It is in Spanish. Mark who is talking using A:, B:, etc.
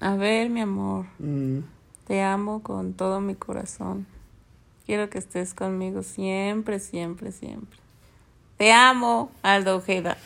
A: A ver, mi amor,
B: Mm,
A: te amo con todo mi corazón. Quiero que estés conmigo siempre, siempre, siempre. Te amo, Aldo Ojeda.